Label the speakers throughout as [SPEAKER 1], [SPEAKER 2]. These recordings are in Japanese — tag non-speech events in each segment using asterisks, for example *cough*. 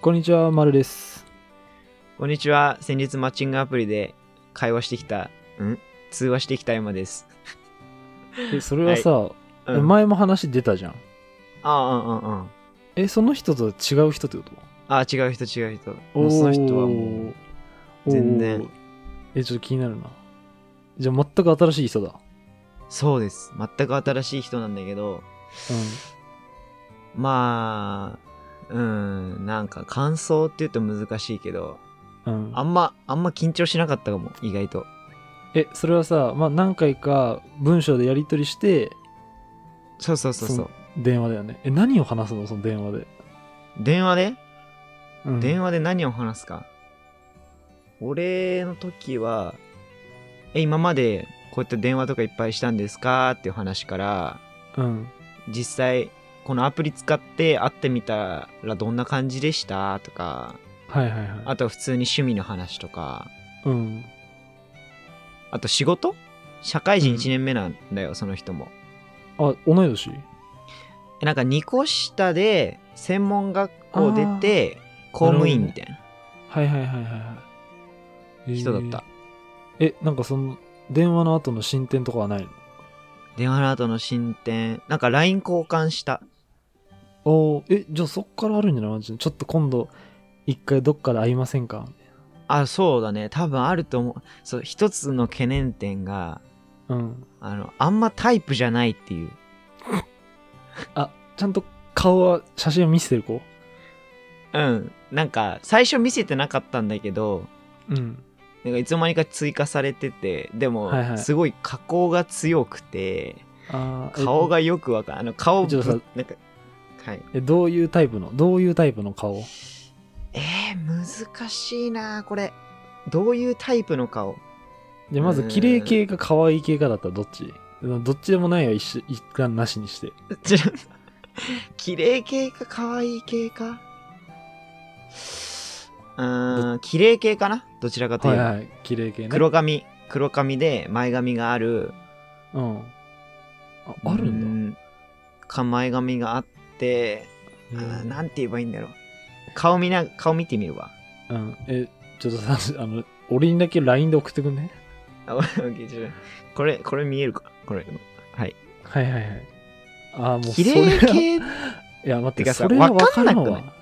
[SPEAKER 1] こんにちは、まるです。
[SPEAKER 2] こんにちは。先日マッチングアプリで会話してきた、ん通話してきた山です。
[SPEAKER 1] え、それはさ、
[SPEAKER 2] う
[SPEAKER 1] え
[SPEAKER 2] ん、あ
[SPEAKER 1] 前も話出たじゃん。
[SPEAKER 2] あ、うんうんうん。
[SPEAKER 1] え、その人と違う人ってこと
[SPEAKER 2] ああ、違う人違う人。もうその人はもう、
[SPEAKER 1] おー
[SPEAKER 2] 全然
[SPEAKER 1] おーえ、ちょっと気になるな。じゃあ、全く新しい人だ。
[SPEAKER 2] そうです。全く新しい人なんだけど、まあ、うん、なんか感想って言うと難しいけど、
[SPEAKER 1] うん。うん。
[SPEAKER 2] あんま、あんま緊張しなかったかも、意外と。
[SPEAKER 1] え、それはさ、まあ、何回か文章でやり取りして、
[SPEAKER 2] そうそうそうそう。
[SPEAKER 1] 電話だよね。え、何を話すのその電話で。
[SPEAKER 2] 電話で、
[SPEAKER 1] うん、
[SPEAKER 2] 電話で何を話すか。俺の時は、え、今までこういった電話とかいっぱいしたんですかっていう話から、
[SPEAKER 1] うん。
[SPEAKER 2] 実際、このアプリ使って会ってみたらどんな感じでしたとか、
[SPEAKER 1] はいはいはい。
[SPEAKER 2] あとは普通に趣味の話とか、
[SPEAKER 1] うん。
[SPEAKER 2] あと仕事社会人
[SPEAKER 1] うん
[SPEAKER 2] 1年目なんだよ、その人も。
[SPEAKER 1] あ、同い年
[SPEAKER 2] えなんか2個下で専門学校出て公務員みたいな
[SPEAKER 1] はいはいはいはいはい。えー
[SPEAKER 2] 人だった。。
[SPEAKER 1] え、なんかその、電話の後の進展とかはないの
[SPEAKER 2] 電話の後の進展、なんか LINE 交換した。
[SPEAKER 1] おーえ、じゃあそっからあるんじゃないマジでちょっと今度、一回どっかで会いませんかみたい
[SPEAKER 2] あ、そうだね。多分あると思う。そう、一つの懸念点が、
[SPEAKER 1] なうん。
[SPEAKER 2] あの、あんまタイプじゃないっていう。
[SPEAKER 1] あ、ちゃんと顔は、写真を見せてる子
[SPEAKER 2] うん。なんか、最初見せてなかったんだけど、
[SPEAKER 1] うん。
[SPEAKER 2] なんかいつの間にか追加されてて、でも、
[SPEAKER 1] はいはい
[SPEAKER 2] すごい加工が強くて、
[SPEAKER 1] あーえ
[SPEAKER 2] 顔がよくわかんあの、顔
[SPEAKER 1] ちょっとさ
[SPEAKER 2] ぶ、なんか、はい。
[SPEAKER 1] え、どういうタイプのどういうタイプの顔
[SPEAKER 2] えー、難しいなこれ。どういうタイプの顔
[SPEAKER 1] じゃあまず、綺麗系か可愛い系かだったらどっちどっちでもないよ、一緒一旦なしにして。
[SPEAKER 2] ちょ *laughs* 綺麗系か可愛い系かうーん、綺麗系かなどちらかと
[SPEAKER 1] は
[SPEAKER 2] いえ
[SPEAKER 1] い
[SPEAKER 2] ば。
[SPEAKER 1] はい、綺麗系ね。
[SPEAKER 2] 黒髪、黒髪で前髪がある。
[SPEAKER 1] うん。あ、あるんだ。
[SPEAKER 2] だ。か前髪があって、
[SPEAKER 1] え
[SPEAKER 2] あ
[SPEAKER 1] ー
[SPEAKER 2] ーなんて言えばいいんだろう。顔見な、顔見てみるわ。
[SPEAKER 1] うん。え、ちょっとさ、あの、俺にだけ LINE で送ってくんね。
[SPEAKER 2] あ、オッケーちょっとこれ、これ見えるかこれ。はい。
[SPEAKER 1] はいはいはい。ああ、もう
[SPEAKER 2] 綺麗
[SPEAKER 1] それは *laughs*
[SPEAKER 2] 系
[SPEAKER 1] いや、待って
[SPEAKER 2] か
[SPEAKER 1] て、
[SPEAKER 2] さ
[SPEAKER 1] それはわ
[SPEAKER 2] わ
[SPEAKER 1] か
[SPEAKER 2] かんな
[SPEAKER 1] ら
[SPEAKER 2] く
[SPEAKER 1] ん
[SPEAKER 2] ない
[SPEAKER 1] わ。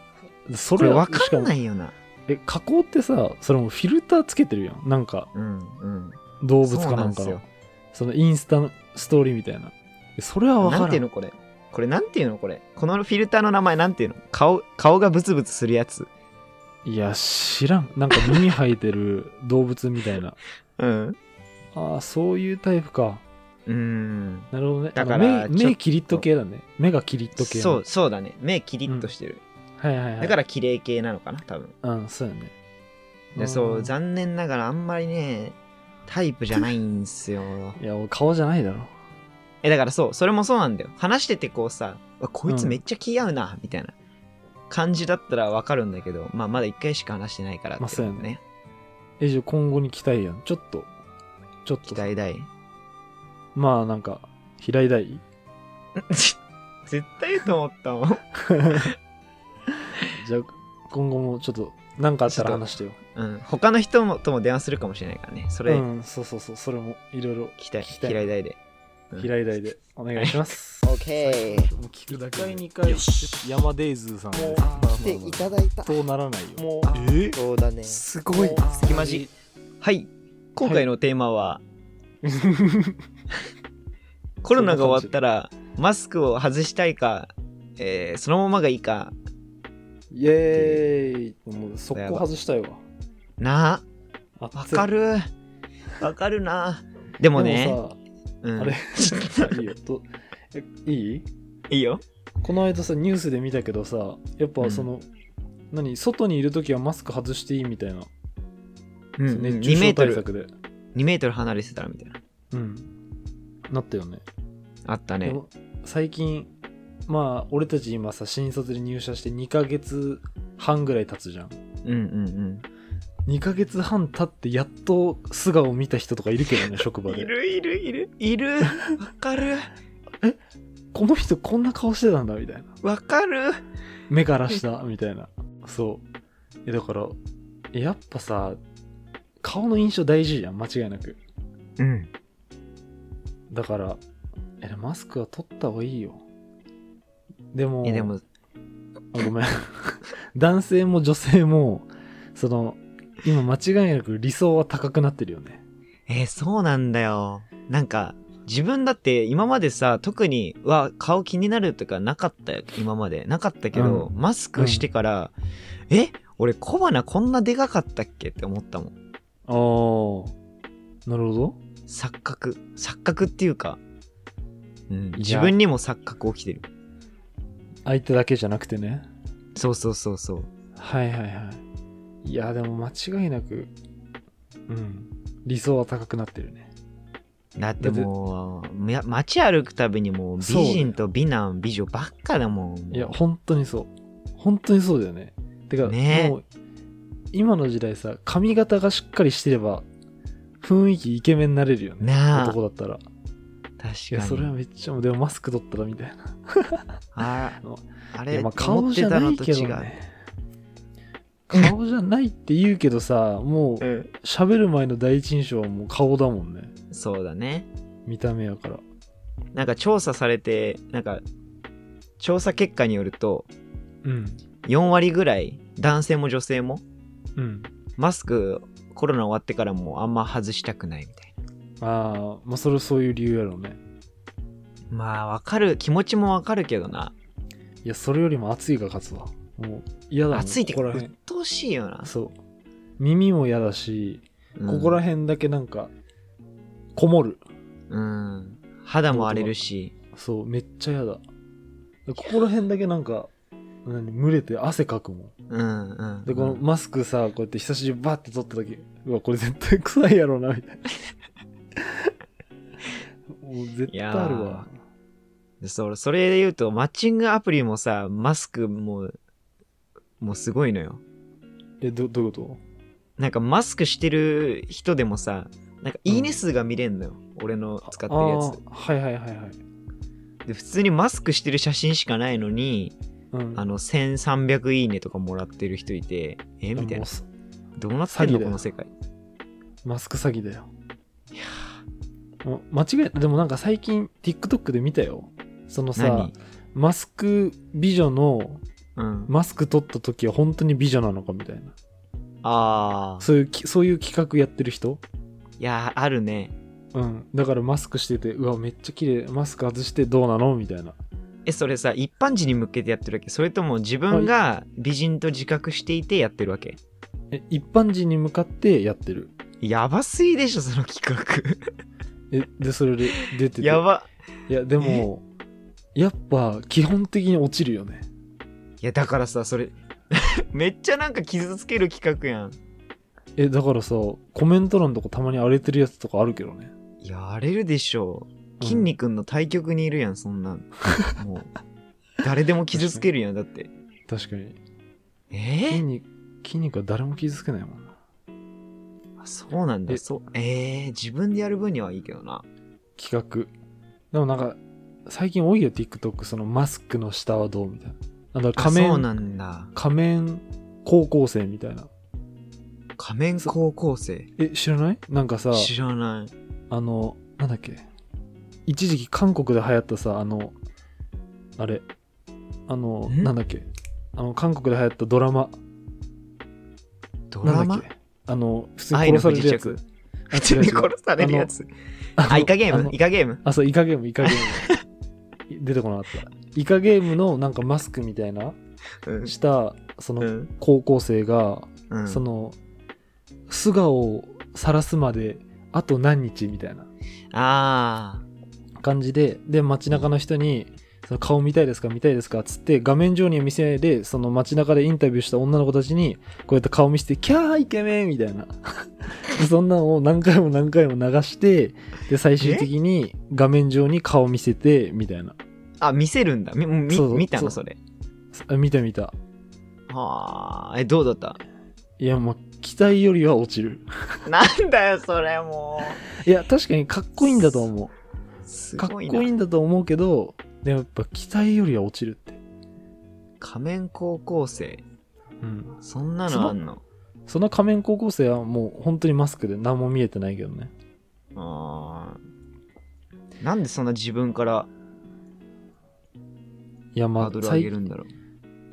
[SPEAKER 1] そ
[SPEAKER 2] こ
[SPEAKER 1] れ
[SPEAKER 2] れ
[SPEAKER 1] は
[SPEAKER 2] わかん
[SPEAKER 1] し
[SPEAKER 2] な
[SPEAKER 1] も
[SPEAKER 2] いよな。
[SPEAKER 1] え、加工ってさ、それもうフィルターつけてるやん。なんか、
[SPEAKER 2] うん、うん。
[SPEAKER 1] 動物か
[SPEAKER 2] そうな
[SPEAKER 1] なんん
[SPEAKER 2] で
[SPEAKER 1] か
[SPEAKER 2] すよ
[SPEAKER 1] の。そのインスタのストーリーみたいな。えそれはわか
[SPEAKER 2] な
[SPEAKER 1] ら
[SPEAKER 2] ん
[SPEAKER 1] ん。
[SPEAKER 2] ていうのこれ。これなんていうのこれ。このフィルターの名前なんていうの顔、顔がブツブツするやつ。
[SPEAKER 1] いや、知らん。なんか耳生えて
[SPEAKER 2] *laughs*
[SPEAKER 1] る動物みたいな。
[SPEAKER 2] うん。
[SPEAKER 1] ああ、そういうタイプか。
[SPEAKER 2] うん。
[SPEAKER 1] なるほどね。
[SPEAKER 2] だから
[SPEAKER 1] あの
[SPEAKER 2] ち
[SPEAKER 1] 目、目
[SPEAKER 2] ょっと
[SPEAKER 1] キリッと系だね。目がキリッと系。
[SPEAKER 2] そう、。そうだね。目キリッとしてる。
[SPEAKER 1] はいはいはい。
[SPEAKER 2] だから綺麗系なのかな、多分。
[SPEAKER 1] ら、うん、そうやね。
[SPEAKER 2] でそ
[SPEAKER 1] ん
[SPEAKER 2] う、残念ながらあんまりね、タイプじゃないんすよ。
[SPEAKER 1] いや、俺顔じゃないだろ。
[SPEAKER 2] え、だからそう、それもそうなんだよ。話しててこうさ、うわこいつ
[SPEAKER 1] うん
[SPEAKER 2] めっちゃ気合うな、みたいな感じだったらわかるんだけど、まあまだ一回しか話してないからって
[SPEAKER 1] まあそうやね
[SPEAKER 2] いうのもね。
[SPEAKER 1] え、じゃあ今後に期待やん。ちょっと、ちょっと
[SPEAKER 2] 期。待大。 *laughs*
[SPEAKER 1] まあなんか、平井大
[SPEAKER 2] 絶対言うと思ったもん。
[SPEAKER 1] じゃあ今後もちょっと、なんかあったら話してよ。
[SPEAKER 2] うん、他の人もとも電話するかもしれないからね。それ、
[SPEAKER 1] うん、そうそうそう、それもいろいろ
[SPEAKER 2] 期待
[SPEAKER 1] 聞きたい
[SPEAKER 2] 嫌いだいで。うん
[SPEAKER 1] 平井大でお願いします。
[SPEAKER 2] オッケ
[SPEAKER 1] 最初もう聞くだけで。2回、山デイズーさんも
[SPEAKER 3] 来ていただいた。
[SPEAKER 1] そうならないよ。
[SPEAKER 3] も
[SPEAKER 1] え
[SPEAKER 3] う、そうだね。
[SPEAKER 1] すごい。
[SPEAKER 2] 隙間じ。はい。今回のテーマは、コロナが終わったら、マスクを外したいか、えーそのままがいいか、
[SPEAKER 1] イエーイもう速攻外したいわ。
[SPEAKER 2] な
[SPEAKER 1] わ
[SPEAKER 2] あ、わか。る。わかるな。で
[SPEAKER 1] で
[SPEAKER 2] も
[SPEAKER 1] も
[SPEAKER 2] ね、
[SPEAKER 1] さ、
[SPEAKER 2] うん
[SPEAKER 1] あれ *laughs* いいよ。とえいい
[SPEAKER 2] *laughs* いいよ。
[SPEAKER 1] この間さニュースで見たけどさやっぱその、何外にいる時はマスク外していいみたいな、
[SPEAKER 2] うん、
[SPEAKER 1] 熱中
[SPEAKER 2] 2メ
[SPEAKER 1] 症
[SPEAKER 2] ート
[SPEAKER 1] 対
[SPEAKER 2] ル、
[SPEAKER 1] 策で
[SPEAKER 2] 2メートル離れてたらみたいな。
[SPEAKER 1] うんなったよね
[SPEAKER 2] あった
[SPEAKER 1] で
[SPEAKER 2] ね。
[SPEAKER 1] も最近まあ俺たち今さ新卒で入社して2ヶ月半ぐらい経つじゃん
[SPEAKER 2] うんうん
[SPEAKER 1] 2ヶ月半経ってやっと素顔を見た人とかいるけど
[SPEAKER 2] *laughs*
[SPEAKER 1] ね職
[SPEAKER 2] う
[SPEAKER 1] 場
[SPEAKER 2] ん。い
[SPEAKER 1] で
[SPEAKER 2] るいるいる。いる。わかる。
[SPEAKER 1] この人こんな顔してたんだみたいな
[SPEAKER 2] わかる。
[SPEAKER 1] 目からしたみたいなそうえだからえやっぱさ顔の印象大事じゃん間違いなく
[SPEAKER 2] うん。
[SPEAKER 1] だからえでもマスクは取った方がいいよでも
[SPEAKER 2] え、でも、
[SPEAKER 1] あごめん *laughs* 男性も女性もその今間違いなく理想は高くなってるよね
[SPEAKER 2] えーそうなんだよ。なんか、自分だって今までさ、特に、うわ、顔気になるとかなかったよ、今まで。なかったけ
[SPEAKER 1] う
[SPEAKER 2] ど、マスクしてから、え俺小鼻こんなでかかったっけって思ったも
[SPEAKER 1] ああ
[SPEAKER 2] ん。
[SPEAKER 1] なるほど
[SPEAKER 2] 錯覚。錯覚っていうか、うん、
[SPEAKER 1] や
[SPEAKER 2] 自分にも錯覚起きてる。
[SPEAKER 1] 相手だけじゃなくてね
[SPEAKER 2] そうそうそうそう。
[SPEAKER 1] はいはいはいいやでも間違いなくうん理想は高くなってるね
[SPEAKER 2] だってもう、や街歩くたびにもう美人と美男、美女ばっかだもん。
[SPEAKER 1] いや本当にそう本当にそうだよねてか、
[SPEAKER 2] ねえ
[SPEAKER 1] もう今の時代さ髪型がしっかりしてれば雰囲気イケメンになれるよね
[SPEAKER 2] なあ
[SPEAKER 1] 男だったらい
[SPEAKER 2] 確
[SPEAKER 1] や
[SPEAKER 2] か
[SPEAKER 1] それは
[SPEAKER 2] に。
[SPEAKER 1] めっちゃでもマスク取ったらみたいな
[SPEAKER 2] ああ
[SPEAKER 1] い
[SPEAKER 2] れ、
[SPEAKER 1] やまあ
[SPEAKER 2] 思
[SPEAKER 1] 顔
[SPEAKER 2] っ
[SPEAKER 1] じ
[SPEAKER 2] て
[SPEAKER 1] ゃ
[SPEAKER 2] た
[SPEAKER 1] な
[SPEAKER 2] の
[SPEAKER 1] い
[SPEAKER 2] と
[SPEAKER 1] けど
[SPEAKER 2] 違う。
[SPEAKER 1] ね顔じゃないって言うけどさもう喋る前の第一印象はもう顔だもんね
[SPEAKER 2] そうだね。
[SPEAKER 1] 見た目やから
[SPEAKER 2] なんか調査されて、なんか、調査結果によると、
[SPEAKER 1] うん
[SPEAKER 2] 4割ぐらい、男性も女性も、
[SPEAKER 1] うん
[SPEAKER 2] マスク、コロナ終わってからもうあんま外したくないみたい
[SPEAKER 1] ああまあそれそういう理由やろうね
[SPEAKER 2] な。まあ、わかる、気持ちもわかるけどな。
[SPEAKER 1] いやそれよりも暑いが勝つわもう嫌だもん
[SPEAKER 2] 暑いって、
[SPEAKER 1] ここら
[SPEAKER 2] うっ
[SPEAKER 1] 辺
[SPEAKER 2] とうしいよな。
[SPEAKER 1] そう耳も嫌だし、
[SPEAKER 2] う
[SPEAKER 1] こ
[SPEAKER 2] ん
[SPEAKER 1] こら辺だけなんかこもる
[SPEAKER 2] うん。肌も荒れるし。
[SPEAKER 1] そうめっちゃ嫌だでここら辺だけなんか何蒸れて汗かくもん
[SPEAKER 2] うんうん。
[SPEAKER 1] でこ
[SPEAKER 2] う
[SPEAKER 1] の
[SPEAKER 2] ん
[SPEAKER 1] マスクさこうやって久しぶりにバッて取った時うわこれ絶対臭いやろうなみ *laughs* たいなもう絶対あるわ
[SPEAKER 2] でそそれで言うと、マッチングアプリもさ、マスクも、もうすごいのよ。
[SPEAKER 1] えどどういうこと
[SPEAKER 2] なんかマスクしてる人でもさ、なんかいいね数が見れんのよ。俺の使ってるやつ。
[SPEAKER 1] あーはいはいはいはい、
[SPEAKER 2] で、普通にマスクしてる写真しかないのに、
[SPEAKER 1] うん、
[SPEAKER 2] あの、1300いいねとかもらってる人いて、えみたい
[SPEAKER 1] も
[SPEAKER 2] な
[SPEAKER 1] う。す
[SPEAKER 2] どうなってん
[SPEAKER 1] 詐欺
[SPEAKER 2] の
[SPEAKER 1] だよ
[SPEAKER 2] この世界。
[SPEAKER 1] マスク詐欺だよもう間違いでもなんか最近 TikTok で見たよそのさ
[SPEAKER 2] 何
[SPEAKER 1] マスク美女の
[SPEAKER 2] うん。
[SPEAKER 1] マスク取った時は本当に美女なのかみたいな
[SPEAKER 2] ああ。
[SPEAKER 1] そういうきそういう企画やってる人
[SPEAKER 2] いやー、あるね。
[SPEAKER 1] うんだからマスクしててうわめっちゃ綺麗マスク外してどうなのみたいな
[SPEAKER 2] え、それさ、一般人に向けてやってるわけそれとも自分が美人と自覚していてやってるわけ
[SPEAKER 1] え一般人に向かってやってる
[SPEAKER 2] やばすぎでしょ、その企画。
[SPEAKER 1] えでそれで出てて
[SPEAKER 2] やば。
[SPEAKER 1] いやでもやっぱ基本的に落ちるよね
[SPEAKER 2] いや、だからさ、それ、 *laughs* めっちゃなんか傷つける企画やん。
[SPEAKER 1] えだからさコメント欄とかたまに荒れてるやつとかあるけどね
[SPEAKER 2] いや、荒れるでしょ。
[SPEAKER 1] うん
[SPEAKER 2] 筋肉の対局にいるやん、そん *laughs* なん。もう、誰でも傷つけるやん、だって。
[SPEAKER 1] 確かに筋
[SPEAKER 2] えー、
[SPEAKER 1] 肉筋肉は誰も傷つけないもんな
[SPEAKER 2] あそうなんだ。
[SPEAKER 1] え
[SPEAKER 2] そう。えー、自分でやる分にはいいけどな。
[SPEAKER 1] 企画でもなんか最近多いよ TikTok そのマスクの下はどうみたいなあだから仮
[SPEAKER 2] あそう
[SPEAKER 1] 面
[SPEAKER 2] なんだ。
[SPEAKER 1] 仮面高校生みたいな
[SPEAKER 2] 仮面高校生。
[SPEAKER 1] え知らないなんかさ
[SPEAKER 2] 知らない。
[SPEAKER 1] あのなんだっけ一時期韓国で流行ったさあのあれあの
[SPEAKER 2] ん
[SPEAKER 1] なんだっけあの韓国で流行ったドラマ
[SPEAKER 2] ド
[SPEAKER 1] な
[SPEAKER 2] ラ
[SPEAKER 1] んだ
[SPEAKER 2] マ
[SPEAKER 1] っけあの普通に
[SPEAKER 2] 愛
[SPEAKER 1] 殺
[SPEAKER 2] の
[SPEAKER 1] さ
[SPEAKER 2] 不
[SPEAKER 1] れ
[SPEAKER 2] 時
[SPEAKER 1] るや
[SPEAKER 2] 着
[SPEAKER 1] つ。あ
[SPEAKER 2] 普通 *laughs*
[SPEAKER 1] 違
[SPEAKER 2] に
[SPEAKER 1] う違う
[SPEAKER 2] 殺されるやつ。
[SPEAKER 1] あの
[SPEAKER 2] あ、イカゲー
[SPEAKER 1] あの
[SPEAKER 2] ムイカゲーム
[SPEAKER 1] あ、そう、イカゲーム、イカゲー
[SPEAKER 2] *laughs*
[SPEAKER 1] ム。出てこなかった。イカゲームのなんかマスクみたいな
[SPEAKER 2] うん
[SPEAKER 1] した、その
[SPEAKER 2] ん。
[SPEAKER 1] 高校生が、
[SPEAKER 2] うん
[SPEAKER 1] その、素顔を晒すまで、あと何日みたいな
[SPEAKER 2] あ
[SPEAKER 1] 感じで、で、街中の人に、その顔見たいですか見たいですかつって、画面上には見せないで、その街中でインタビューした女の子たちに、こうやって顔見せて、キャーイケメンみたい
[SPEAKER 2] *laughs*
[SPEAKER 1] な。そんなのを何回も何回も流して、で、最終的に画面上に顔見せて、みたいな。
[SPEAKER 2] あ。あ、見せるんだ。み、み
[SPEAKER 1] そうそう
[SPEAKER 2] 見たの
[SPEAKER 1] そ
[SPEAKER 2] そうれ。
[SPEAKER 1] あ見た見た
[SPEAKER 2] はあ。え、どう
[SPEAKER 1] *laughs*
[SPEAKER 2] だった
[SPEAKER 1] いやまあ期待よりは落ちる
[SPEAKER 2] なんだよ、それも
[SPEAKER 1] いや確かにかっこいいんだと思
[SPEAKER 2] う。
[SPEAKER 1] う
[SPEAKER 2] す
[SPEAKER 1] かっこ
[SPEAKER 2] ご
[SPEAKER 1] い
[SPEAKER 2] い
[SPEAKER 1] い
[SPEAKER 2] な。
[SPEAKER 1] んだと思うけどでもやっぱ期待よりは落ちるって
[SPEAKER 2] 仮面高校生。
[SPEAKER 1] うん、
[SPEAKER 2] そんなのあんの
[SPEAKER 1] その仮面高校生はもう本当にマスクで何も見えてないけどね
[SPEAKER 2] あーなんでそんな自分から
[SPEAKER 1] いやま
[SPEAKER 2] ハー
[SPEAKER 1] あ
[SPEAKER 2] ドル上
[SPEAKER 1] 最
[SPEAKER 2] げるんだろ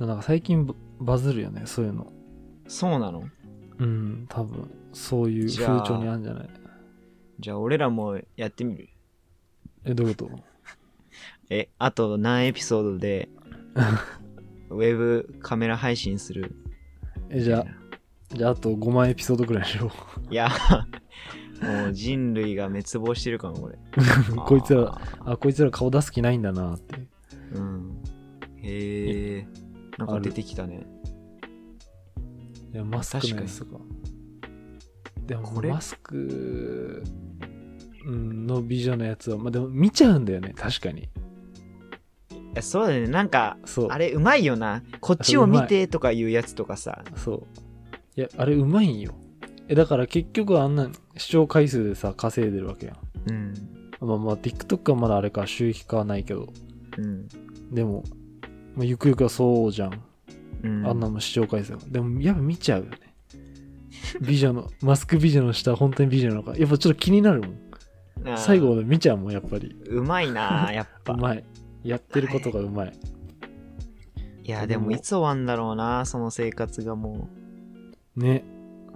[SPEAKER 2] う、
[SPEAKER 1] なんか最近ババズるよねそういうの
[SPEAKER 2] そうなの
[SPEAKER 1] うん多分そういう風潮にあるんじゃない
[SPEAKER 2] じゃあ俺らもやってみる
[SPEAKER 1] えどういうこと
[SPEAKER 2] えあと何エピソー
[SPEAKER 1] *laughs*
[SPEAKER 2] ドでウェブカメラ配信する
[SPEAKER 1] えじゃあじゃああと5万エピソードくらいにしよ
[SPEAKER 2] いやもう人類が滅亡してるかもこれ
[SPEAKER 1] う *laughs* こいつら
[SPEAKER 2] あー
[SPEAKER 1] あこいつら顔出す気ないんだなって
[SPEAKER 2] うんへえなんか出てきたね
[SPEAKER 1] いやマスクのやつとかでも
[SPEAKER 2] これ
[SPEAKER 1] マスクうんの美女のやつはまあでも見ちゃうんだよね確かに
[SPEAKER 2] いやそうだねなんか
[SPEAKER 1] そう
[SPEAKER 2] あれうまいよなこっちを見てとかいうやつとかさ
[SPEAKER 1] そういやあれうまいんよえだから結局あんな視聴回数でさ稼いでるわけやん
[SPEAKER 2] うん
[SPEAKER 1] まあまあ TikTok はまだあれか収益化はないけど
[SPEAKER 2] うん
[SPEAKER 1] でも、まあ、ゆくゆくはそうじゃん
[SPEAKER 2] うん
[SPEAKER 1] あんなもん視聴回数がでもやっぱ見ちゃうよね美女のマスク美女の下本当に美女なのかやっぱちょっと気になるもん
[SPEAKER 2] あー
[SPEAKER 1] 最後まで見ちゃうもんやっぱり
[SPEAKER 2] うまいなやっ
[SPEAKER 1] *laughs*
[SPEAKER 2] ぱ
[SPEAKER 1] うまいやってることがうまい、
[SPEAKER 2] いやでもいつ終わんだろうなその生活がも
[SPEAKER 1] ね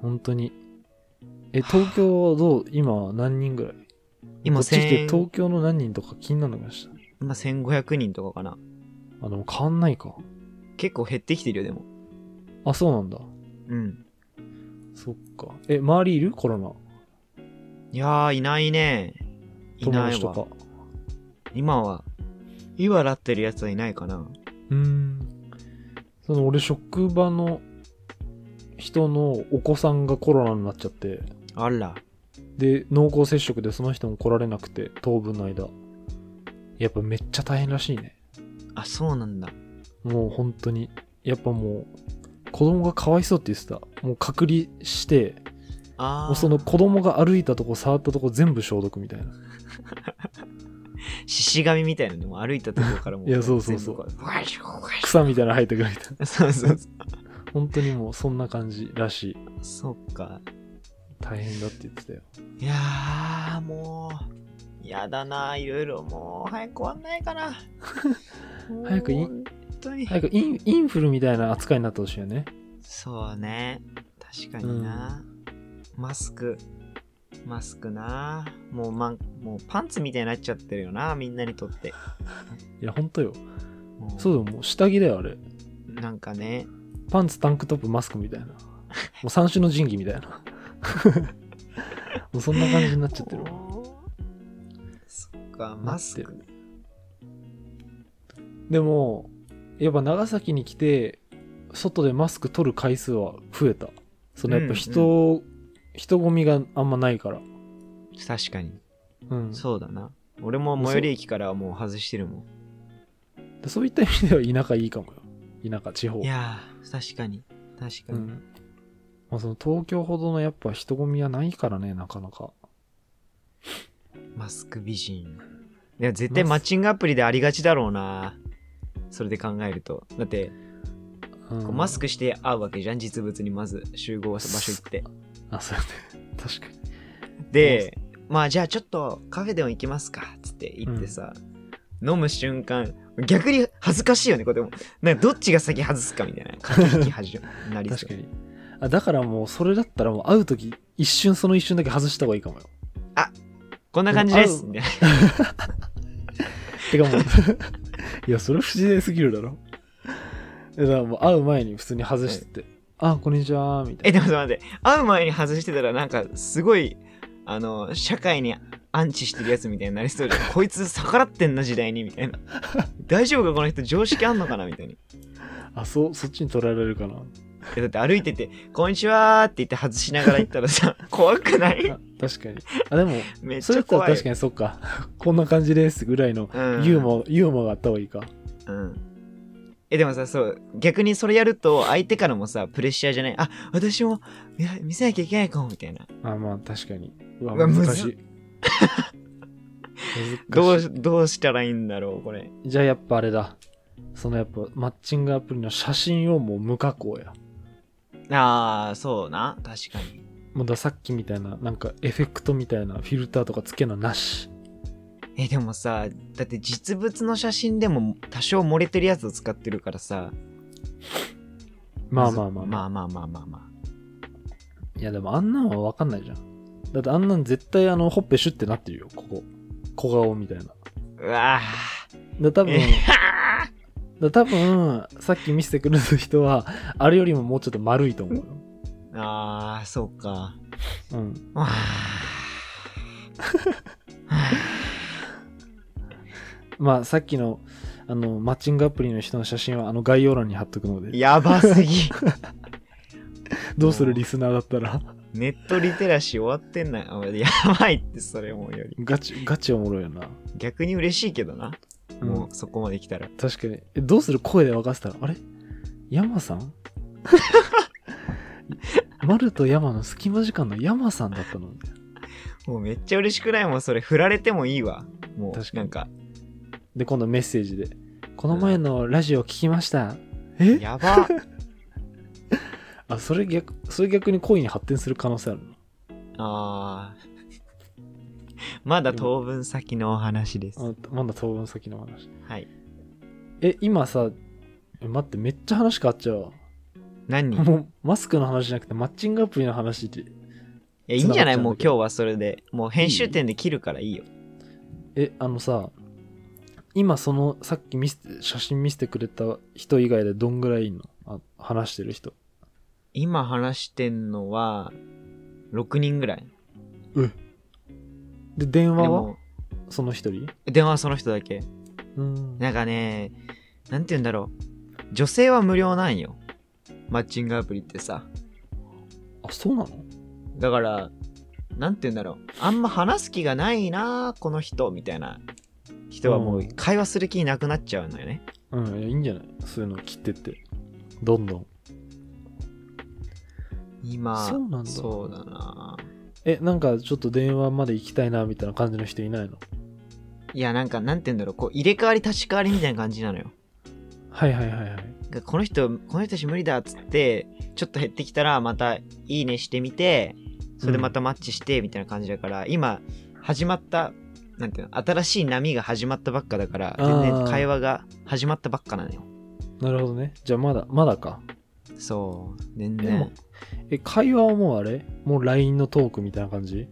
[SPEAKER 1] 本当にえ東京はどう今は何人ぐらいう
[SPEAKER 2] 今
[SPEAKER 1] こっち来て
[SPEAKER 2] 1000
[SPEAKER 1] 東京の何人とか気になるのかした
[SPEAKER 2] 今1500人とかかな
[SPEAKER 1] あでも変わんないか
[SPEAKER 2] 結構減ってきてるよでも
[SPEAKER 1] あそうなんだ
[SPEAKER 2] うん
[SPEAKER 1] そっかえ周りいるコロナ
[SPEAKER 2] いやーいないねい
[SPEAKER 1] 友
[SPEAKER 2] ない
[SPEAKER 1] 達とか
[SPEAKER 2] わ今は今なってるやつはいないかな
[SPEAKER 1] うーんその俺職場の人のお子さんがコロナになっちゃって
[SPEAKER 2] あら
[SPEAKER 1] で濃厚接触でその人も来られなくて当分の間やっぱめっちゃ大変らしいね
[SPEAKER 2] あそうなんだ
[SPEAKER 1] もう本当にやっぱもう子供がかわいそうって言ってたもう隔離して
[SPEAKER 2] あ
[SPEAKER 1] も
[SPEAKER 2] あ
[SPEAKER 1] うその子供が歩いたとこ触ったとこ全部消毒みたいな
[SPEAKER 2] 獅子神みたいなのも歩いたところからも
[SPEAKER 1] いやそうそうそう
[SPEAKER 2] 全部こうわいしょわいし
[SPEAKER 1] 草みたいなの生えてくるみたいな
[SPEAKER 2] ょそうそうそう
[SPEAKER 1] 本当にもうそんな感じらしい
[SPEAKER 2] そっか
[SPEAKER 1] 大変だって言ってたよ
[SPEAKER 2] いやーもうやだないろいろもう早く終わんないかな
[SPEAKER 1] 早くい
[SPEAKER 2] もう本当に
[SPEAKER 1] なんかインインフルみたいな扱いになってほしいよね
[SPEAKER 2] そうね確かにな、マスクマスクなもう,、ま、もうパンツみたいになっちゃってるよなみんなにとって
[SPEAKER 1] いや本当よ
[SPEAKER 2] も
[SPEAKER 1] そうだよもう下着だよあれ
[SPEAKER 2] なんかね
[SPEAKER 1] パンツタンクトップマスクみたいなもう三種の神器みたいな *laughs* もうそんな感じになっちゃってるわ
[SPEAKER 2] おーそっかマス
[SPEAKER 1] な
[SPEAKER 2] ク
[SPEAKER 1] でもやっぱ長崎に来て外でマスク取る回数は増えたそのやっぱ人、人混みがあんまないから
[SPEAKER 2] 確かに
[SPEAKER 1] うん
[SPEAKER 2] そうだな俺も最寄り駅からはもう外してるもん
[SPEAKER 1] でそういった意味では田舎いいかもよ田舎地方
[SPEAKER 2] いやー確かに確
[SPEAKER 1] う
[SPEAKER 2] かに、
[SPEAKER 1] んまあ、その東京ほどのやっぱ人混みはないからねなかなか
[SPEAKER 2] マスク美人いや絶対マッチングアプリでありがちだろうなそれで考えるとだって
[SPEAKER 1] うん
[SPEAKER 2] こうマスクして会うわけじゃん実物にまず集合場所行って
[SPEAKER 1] あそうだね確かに
[SPEAKER 2] でまあじゃあちょっとカフェでも行きますかつって行ってさ、飲む瞬間逆に恥ずかしいよねこれでもなんかどっちが先外すかみたいな駆け引き始ま *laughs* なりそ
[SPEAKER 1] 確
[SPEAKER 2] う
[SPEAKER 1] かにあだからもうそれだったらもう会う時一瞬その一瞬だけ外した方がいいかもよ
[SPEAKER 2] こんな感じです
[SPEAKER 1] う
[SPEAKER 2] みたいな
[SPEAKER 1] てかもう *laughs* いやそれ不自然すぎるだろいやだからもう会う前に普通に外してって「あこんにちは」みた
[SPEAKER 2] え
[SPEAKER 1] いな
[SPEAKER 2] でも待って会う前に外してたらなんかすごいあの社会にアンチしてるやつみたいになりそうじ
[SPEAKER 1] *laughs*
[SPEAKER 2] ゃんこいつ逆らってんな時代にみたいな大丈夫かこの人常識あんのかなみたいに
[SPEAKER 1] あそうそっちに捉えられるかな
[SPEAKER 2] えだって歩いてて「こんにちは」って言って外しながら行ったら
[SPEAKER 1] *laughs*
[SPEAKER 2] さ怖くない
[SPEAKER 1] あ確かにあでも
[SPEAKER 2] めっ
[SPEAKER 1] そ
[SPEAKER 2] ち
[SPEAKER 1] れだ
[SPEAKER 2] ゃ
[SPEAKER 1] ったら
[SPEAKER 2] 怖い
[SPEAKER 1] 確かにそっか *laughs* こんな感じですぐらいの
[SPEAKER 2] うん
[SPEAKER 1] ユーモア、ユーモアがあった方がいいか
[SPEAKER 2] うんえでもさそう逆にそれやると相手からもさプレッシャーじゃないあ私もいや見せなきゃいけないかもみたいな
[SPEAKER 1] あまあ確かにうわ
[SPEAKER 2] うわ
[SPEAKER 1] 難
[SPEAKER 2] むず
[SPEAKER 1] し *laughs* い難しい
[SPEAKER 2] どうしどうしたらいいんだろうこれ
[SPEAKER 1] じゃあやっぱあれだそのやっぱマッチングアプリの写真をもう無加工や
[SPEAKER 2] ああ、そうな。確かに。
[SPEAKER 1] もうださっきみたいななんかエフェクトみたいなフィルターとかつけのなし
[SPEAKER 2] え、でもさ、だって実物の写真でも多少漏れてるやつを使ってるからさ。
[SPEAKER 1] まあまあまあ
[SPEAKER 2] まあまあまあまあまあ。
[SPEAKER 1] いやでもあんなんは分かんないじゃんだってあんなん絶対あのほっぺシュってなってるよここ小顔みたいな
[SPEAKER 2] うわ
[SPEAKER 1] だ多
[SPEAKER 2] ー
[SPEAKER 1] 分 *laughs* だ多分さっき見せてくれた人はあれよりももうちょっと丸いと思うよ
[SPEAKER 2] *laughs* ああ、そうか。
[SPEAKER 1] うん
[SPEAKER 2] わあ。
[SPEAKER 1] まあさっきのあのマッチングアプリの人の写真はあの概要欄に貼っとくので
[SPEAKER 2] やば
[SPEAKER 1] *laughs*
[SPEAKER 2] すぎ。
[SPEAKER 1] どうするリスナーだったら *laughs*
[SPEAKER 2] ネットリテラシー終わってんない。あやばいって、それもうより。
[SPEAKER 1] ガチガチおもろいよな、
[SPEAKER 2] 逆に嬉しいけどな。
[SPEAKER 1] うん、
[SPEAKER 2] もうそこまで来たら。
[SPEAKER 1] 確かにえどうする声で沸かせたらあれ山さん丸と山の隙間時間の山さんだったの
[SPEAKER 2] もうめっちゃ嬉しくないもん、それ。振られてもいいわ。も
[SPEAKER 1] 確か
[SPEAKER 2] う、
[SPEAKER 1] に
[SPEAKER 2] なんか、
[SPEAKER 1] で今度メッセージで「この前のラジオ聞きました」え
[SPEAKER 2] やば。
[SPEAKER 1] あそれ逆それ逆に恋に発展する可能性ある
[SPEAKER 2] あー。まだ当分先のお話です。
[SPEAKER 1] のあまだ当分先の話
[SPEAKER 2] はい。
[SPEAKER 1] え今さえ待ってめっちゃ話変わっちゃうわ
[SPEAKER 2] 何人
[SPEAKER 1] もうマスクの話じゃなくてマッチングアプリの話で
[SPEAKER 2] いや、いいんじゃない
[SPEAKER 1] つなが
[SPEAKER 2] も
[SPEAKER 1] っ
[SPEAKER 2] う
[SPEAKER 1] ちゃ
[SPEAKER 2] 今日はそれで。もう編集点で切るからいいよ。
[SPEAKER 1] えあのさ今そのさっき見せて写真見せてくれた人以外でどんぐらいいんのあ話してる人
[SPEAKER 2] 今話してんのは、6人ぐらい。
[SPEAKER 1] で電
[SPEAKER 2] で
[SPEAKER 1] 話は
[SPEAKER 2] も、
[SPEAKER 1] その一人
[SPEAKER 2] 電話はその人だけ。
[SPEAKER 1] うん
[SPEAKER 2] なんかね、なんて言うんだろう。女性は無料なんよ。マッチングアプリってさ。
[SPEAKER 1] あそうなの
[SPEAKER 2] だから、なんて言うんだろう。あんま話す気がないな、この人、みたいな人は
[SPEAKER 1] う
[SPEAKER 2] もうん会話する気なくなっちゃうんだよね。
[SPEAKER 1] うんいやいいんじゃないそういうの切ってってどんどん
[SPEAKER 2] 今、
[SPEAKER 1] そうなんだ
[SPEAKER 2] そうだな。
[SPEAKER 1] えなんかちょっと電話まで行きたいなみたいな感じの人いないの
[SPEAKER 2] いや、なんか、なんて言うんだろう。こう、入れ替わり立ち替わりみたいな感じなのよ。
[SPEAKER 1] はいはいはいはい
[SPEAKER 2] がこの人、この人たち無理だっつって、ちょっと減ってきたら、また、いいねしてみて、それでまたマッチして、みたいな感じだから、今、始まった、なんていうの、新しい波が始まったばっかだから、
[SPEAKER 1] あー
[SPEAKER 2] 全然会話が始まったばっかなのよ。
[SPEAKER 1] なるほどねじゃあまだまだか
[SPEAKER 2] そう、全
[SPEAKER 1] でも
[SPEAKER 2] 然。
[SPEAKER 1] え会話はもうあれもう LINE のトークみたいな感じ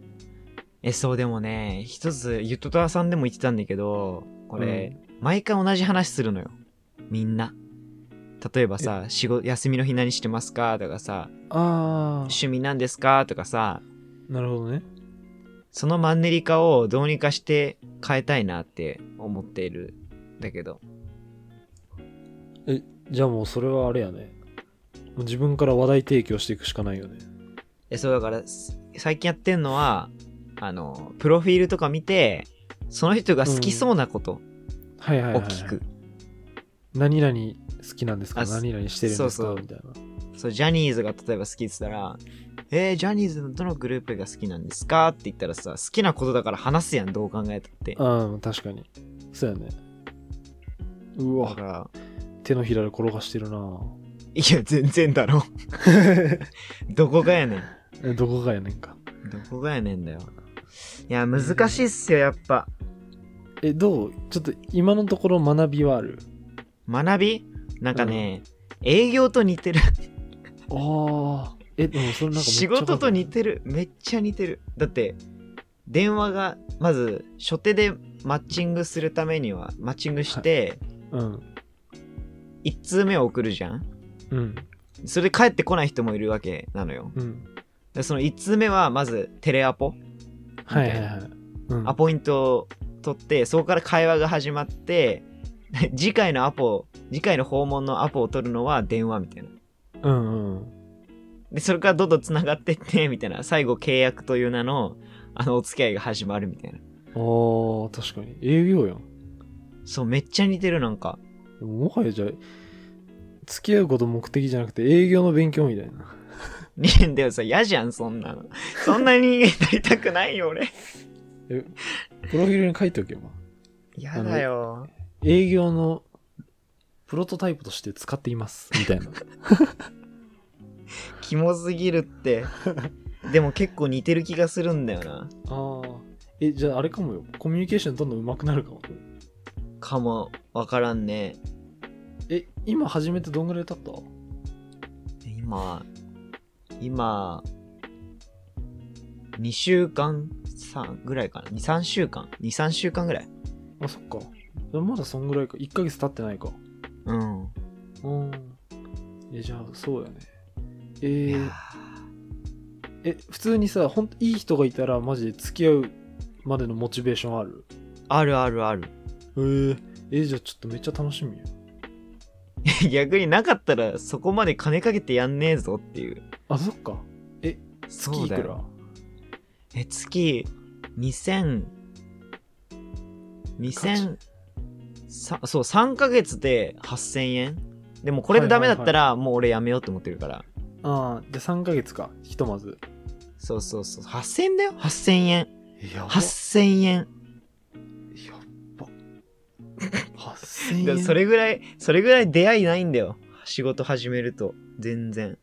[SPEAKER 2] え、そう、でもね、一つ、ゆとたわさんでも言ってたんだけど、これ、毎回同じ話するのよ。みんな。例えばさ、仕事、休みの日何してますかとかさ、
[SPEAKER 1] あ
[SPEAKER 2] 趣味なんですかとかさ、
[SPEAKER 1] あなるほどね
[SPEAKER 2] そのマンネリ化をどうにかして変えたいなって思っているんだけど。
[SPEAKER 1] えじゃあもうそれはあれやねもう自分から話題提供していくしかないよね
[SPEAKER 2] え、そうだから、す最近やってんのは、あの、プロフィールとか見て、その人が好きそうなこと
[SPEAKER 1] はいはい
[SPEAKER 2] を
[SPEAKER 1] はい、
[SPEAKER 2] 聞く。
[SPEAKER 1] 何々好きなんですか
[SPEAKER 2] あす
[SPEAKER 1] 何々してるんですか
[SPEAKER 2] そうそう
[SPEAKER 1] みたいな
[SPEAKER 2] そう、ジャニーズが例えば好きって言ったら、えージャニーズのどのグループが好きなんですかって言ったらさ、好きなことだから話すやん、どう考えたって。
[SPEAKER 1] うん確かにそうやねう
[SPEAKER 2] だ
[SPEAKER 1] わ
[SPEAKER 2] から、
[SPEAKER 1] 手のひらで転がしてるない
[SPEAKER 2] や、全然
[SPEAKER 1] *laughs*
[SPEAKER 2] だろ。どこがやねん。
[SPEAKER 1] えどこがやねんか
[SPEAKER 2] どこがやねんだよ。いや、難しいっすよ、やっぱ。
[SPEAKER 1] えどうちょっと今のところ学びはある
[SPEAKER 2] 学びなんかね、営業と似てる
[SPEAKER 1] ああえでもそれなんかめっちゃ
[SPEAKER 2] 仕事と似
[SPEAKER 1] わ
[SPEAKER 2] てるめっちゃ似てるだって電話がまず初手でマッチングするためにはマッチングして
[SPEAKER 1] かるうん
[SPEAKER 2] 1通目を送るじゃん
[SPEAKER 1] うん
[SPEAKER 2] それで帰ってこない人もいるわけなのよ
[SPEAKER 1] うん
[SPEAKER 2] でその1通目はまずテレアポ
[SPEAKER 1] はいはいはい、うん、
[SPEAKER 2] アポイントを取ってそこから会話が始まって *laughs* 次回のアポ次回の訪問のアポを取るのは電話みたいな
[SPEAKER 1] うんうん
[SPEAKER 2] で、それからどんどん繋がってって、みたいな。最後、契約という名の、あの、お付き合いが始まるみたい
[SPEAKER 1] あ
[SPEAKER 2] な。
[SPEAKER 1] あ確かに営業やん
[SPEAKER 2] そう、めっちゃ似てる、なんか。
[SPEAKER 1] でももはやじゃあ付き合うこと目的じゃなくて営業の勉強みたいな
[SPEAKER 2] ね、でもさ、嫌じゃん、そんなの。そんな人間になりたくないよ、俺。
[SPEAKER 1] プロフィールに書いておけば
[SPEAKER 2] 嫌だよ。
[SPEAKER 1] 営業のプロトタイプとして使っていますみたいな
[SPEAKER 2] キモすぎるって。でも結構似てる気がするんだよな。
[SPEAKER 1] *laughs* ああ。え、じゃああれかもよ。コミュニケーションどんどん上手くなるかも。
[SPEAKER 2] かも、わからんね。
[SPEAKER 1] え、今始めてどんぐらい経った
[SPEAKER 2] 今、今、2週間3ぐらいかな。2、3週間 ?2、3週間ぐらい。
[SPEAKER 1] あ、そっか。まだそんぐらいか。1ヶ月経ってないか。
[SPEAKER 2] うん。
[SPEAKER 1] うん。え、じゃあそうやね。え
[SPEAKER 2] いや
[SPEAKER 1] ー
[SPEAKER 2] ー、
[SPEAKER 1] え、普通にさ、ほんといい人がいたらマジで付き合うまでのモチベーションある
[SPEAKER 2] あるあるある。
[SPEAKER 1] えー、え、じゃあちょっとめっちゃ楽しみよ。
[SPEAKER 2] *laughs* 逆になかったらそこまで金かけてやんねえぞっていう。
[SPEAKER 1] あ、そっか。え、月いくら
[SPEAKER 2] え、月2000、2000、さそう、3ヶ月で8000円でもこれでダメだったらもう俺やめようと思ってるから。
[SPEAKER 1] ああ、じゃあ3ヶ月か。ひとまず。
[SPEAKER 2] そうそうそう。8000円だよ ?8000 円。
[SPEAKER 1] えやば
[SPEAKER 2] 8000円。
[SPEAKER 1] やっば。8000円。
[SPEAKER 2] だからそれぐらい、それぐらい出会いないんだよ。仕事始めると。全然。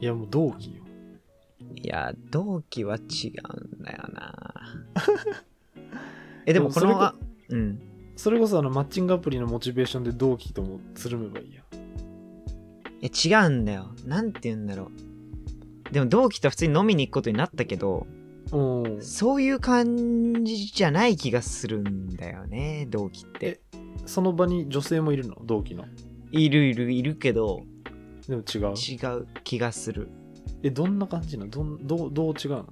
[SPEAKER 1] いや、もう同期よ。
[SPEAKER 2] いや、同期は違うんだよ
[SPEAKER 1] *laughs*
[SPEAKER 2] な。え、でもこ
[SPEAKER 1] でもそ
[SPEAKER 2] の
[SPEAKER 1] れこ
[SPEAKER 2] あうん。
[SPEAKER 1] それこそあのマッチングアプリのモチベーションで同期ともつるめばいいや。
[SPEAKER 2] え違うんだよなんて言うんだろうでも同期と普通に飲みに行くことになったけど
[SPEAKER 1] おー
[SPEAKER 2] そういう感じじゃない気がするんだよね同期って
[SPEAKER 1] その場に女性もいるの同期の。
[SPEAKER 2] いるいるいるけど
[SPEAKER 1] でも違う。
[SPEAKER 2] 違う気がする
[SPEAKER 1] え、どんな感じなのどんどうどう違うの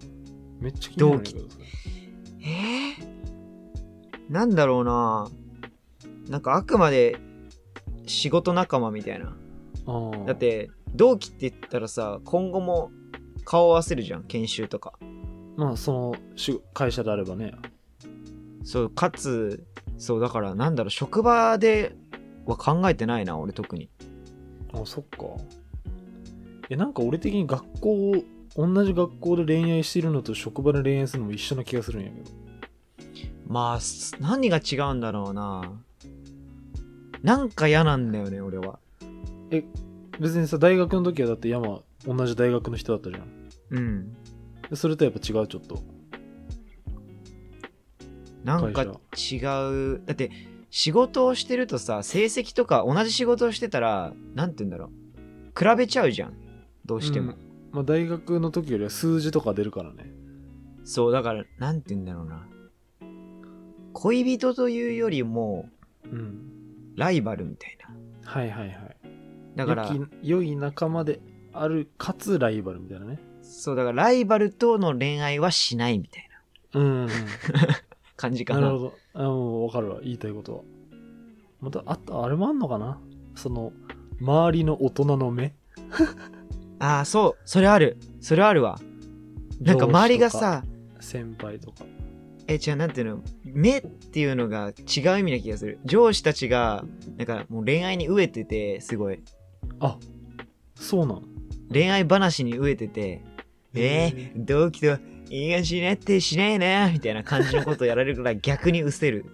[SPEAKER 1] めっちゃ気になるんだけどそれ
[SPEAKER 2] えー、なんだろうななんかあくまで仕事仲間みたいな
[SPEAKER 1] あー
[SPEAKER 2] だっ、て同期って言ったらさ今後も顔合わせるじゃん研修とか
[SPEAKER 1] まあ、そのし会社であればね。
[SPEAKER 2] そうかつそうだからなんだろう職場では考えてないな俺特に
[SPEAKER 1] あ、そっか。え、なんか俺的に学校を、同じ学校で恋愛してるのと職場で恋愛するのも一緒な気がするんやけど。
[SPEAKER 2] まあす何が違うんだろうななんか嫌なんだよね俺は
[SPEAKER 1] 別にさ、大学の時はだって山、同じ大学の人だったじゃん。
[SPEAKER 2] うん
[SPEAKER 1] でそれとやっぱ違う、ちょっと。
[SPEAKER 2] なんか違うだって仕事をしてるとさ成績とか同じ仕事をしてたら何て言うんだろう比べちゃうじゃんどうしても、
[SPEAKER 1] うんまあ、大学の時よりは数字とか出るからね。
[SPEAKER 2] そうだから何て言うんだろうな恋人というよりも
[SPEAKER 1] うん。
[SPEAKER 2] ライバルみたいな
[SPEAKER 1] はいはいはい。
[SPEAKER 2] だから
[SPEAKER 1] 良き良い仲間である、かつライバルみたいなね。
[SPEAKER 2] そう、だからライバルとの恋愛はしないみたいな
[SPEAKER 1] うん。
[SPEAKER 2] 感じか
[SPEAKER 1] な
[SPEAKER 2] な。
[SPEAKER 1] るほど。あもう分かるわ。言いたいことは。また、あと、あれもあんのかなその、周りの大人の目
[SPEAKER 2] ああ、そう、それある。それあるわ。なんか周りが、さ、
[SPEAKER 1] 上司とか先輩とか。
[SPEAKER 2] え、じゃあなんていうの、目っていうのが違う意味な気がする。上司たちが、なんかもう恋愛に飢えてて、すごい。
[SPEAKER 1] あ、そうなの
[SPEAKER 2] 恋愛話に飢えてて、えー、同期といい感じになってしないな、みたいな感じのことをやられるから逆に失せる。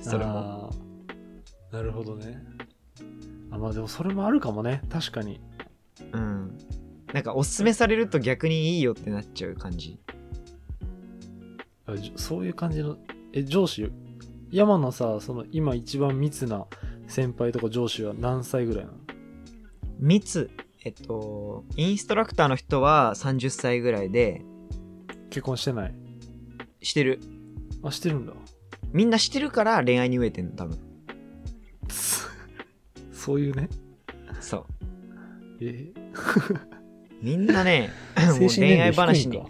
[SPEAKER 2] それ
[SPEAKER 1] あ
[SPEAKER 2] も。
[SPEAKER 1] ーなるほどね。あ、まあでもそれもあるかもね。確かに。
[SPEAKER 2] うん。なんかおすすめされると逆にいいよってなっちゃう感じ。
[SPEAKER 1] あじそういう感じの、え、上司、山のさ、その今一番密な先輩とか上司は何歳ぐらいなの
[SPEAKER 2] 密えっとインストラクターの人は30歳ぐらいで
[SPEAKER 1] 結婚してない
[SPEAKER 2] してる
[SPEAKER 1] あ、してるんだ。 *laughs*
[SPEAKER 2] みんなしてるから恋愛に飢えてんの多分
[SPEAKER 1] つそういうね。
[SPEAKER 2] そう
[SPEAKER 1] え
[SPEAKER 2] みんな
[SPEAKER 1] *laughs*
[SPEAKER 2] ね
[SPEAKER 1] ー、
[SPEAKER 2] *laughs* も
[SPEAKER 1] 精神
[SPEAKER 2] う
[SPEAKER 1] 年
[SPEAKER 2] 恋
[SPEAKER 1] 齢
[SPEAKER 2] 愛
[SPEAKER 1] 低い
[SPEAKER 2] 話
[SPEAKER 1] ん
[SPEAKER 2] に
[SPEAKER 1] か。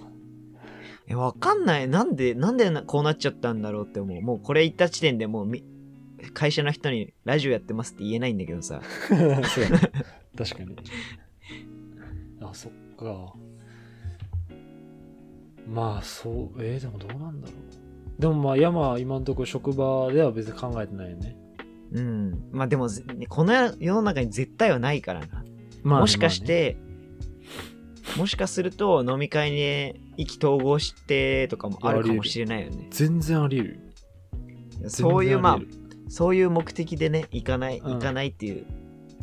[SPEAKER 2] えわかんないなんでなんでなこうなっちゃったんだろうって思うもうこれ言った時点でもうみ会社の人にラジオやってますって言えないんだけどさ
[SPEAKER 1] そうやね確かに。あ、そっか。まあ、そう、えー、でもどうなんだろう。でもまあ、山は今のところ職場では別に考えてないよね。
[SPEAKER 2] うんまあでもぜこの世世の中に絶対はないからな
[SPEAKER 1] まあね
[SPEAKER 2] もしかし、て、もしかすると飲み会に意気投合してとかもあるかもしれないよね
[SPEAKER 1] まあね全然あり得る。
[SPEAKER 2] そうい
[SPEAKER 1] 全
[SPEAKER 2] う
[SPEAKER 1] 然
[SPEAKER 2] ま
[SPEAKER 1] あ
[SPEAKER 2] あ
[SPEAKER 1] り得る
[SPEAKER 2] そういう目的でね行かない
[SPEAKER 1] うん
[SPEAKER 2] 行かないっていう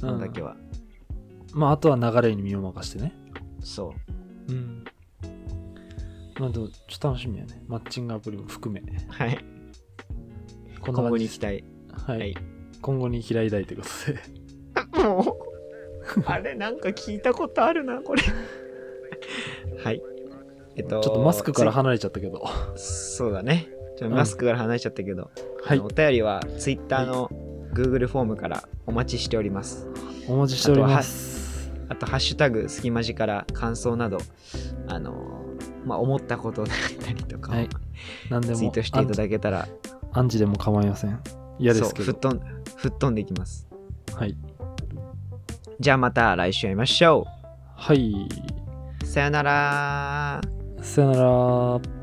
[SPEAKER 2] のだけは、
[SPEAKER 1] うんまあ、あとは流れに身を任せてね。
[SPEAKER 2] そう。
[SPEAKER 1] うん。まあ、でも、ちょっと楽しみやね。マッチングアプリも含め。
[SPEAKER 2] はい。
[SPEAKER 1] こんな
[SPEAKER 2] 今
[SPEAKER 1] 感
[SPEAKER 2] 後
[SPEAKER 1] じで
[SPEAKER 2] に期
[SPEAKER 1] す。 *laughs*
[SPEAKER 2] 待。
[SPEAKER 1] はい。
[SPEAKER 2] はい
[SPEAKER 1] 今後に嫌いだいということで。
[SPEAKER 2] もう、あれ、なんか聞いたことあるな、これ。はい。えっ
[SPEAKER 1] ちょ
[SPEAKER 2] と、
[SPEAKER 1] っとマスクから離れちゃったけど。は
[SPEAKER 2] ついそうだね。ちょっ
[SPEAKER 1] ん
[SPEAKER 2] とマスクから離れちゃったけど、あ
[SPEAKER 1] い
[SPEAKER 2] のお。便りは Twitter の Google フォームからお待ちしております。
[SPEAKER 1] お待ちしております。
[SPEAKER 2] あと、ハッシュタグ、隙間時から感想など、あの、まあ、思ったことだったりとか、
[SPEAKER 1] はい何でも。
[SPEAKER 2] ツイートしていた
[SPEAKER 1] アン
[SPEAKER 2] だけたら、
[SPEAKER 1] アンチでも構いません。嫌ですけ
[SPEAKER 2] そう、吹っ
[SPEAKER 1] ど。
[SPEAKER 2] 飛ん吹っ飛んでいきます。
[SPEAKER 1] はい。
[SPEAKER 2] じゃあまた来週会いましょ
[SPEAKER 1] はい。
[SPEAKER 2] う。さよなら
[SPEAKER 1] さよなら。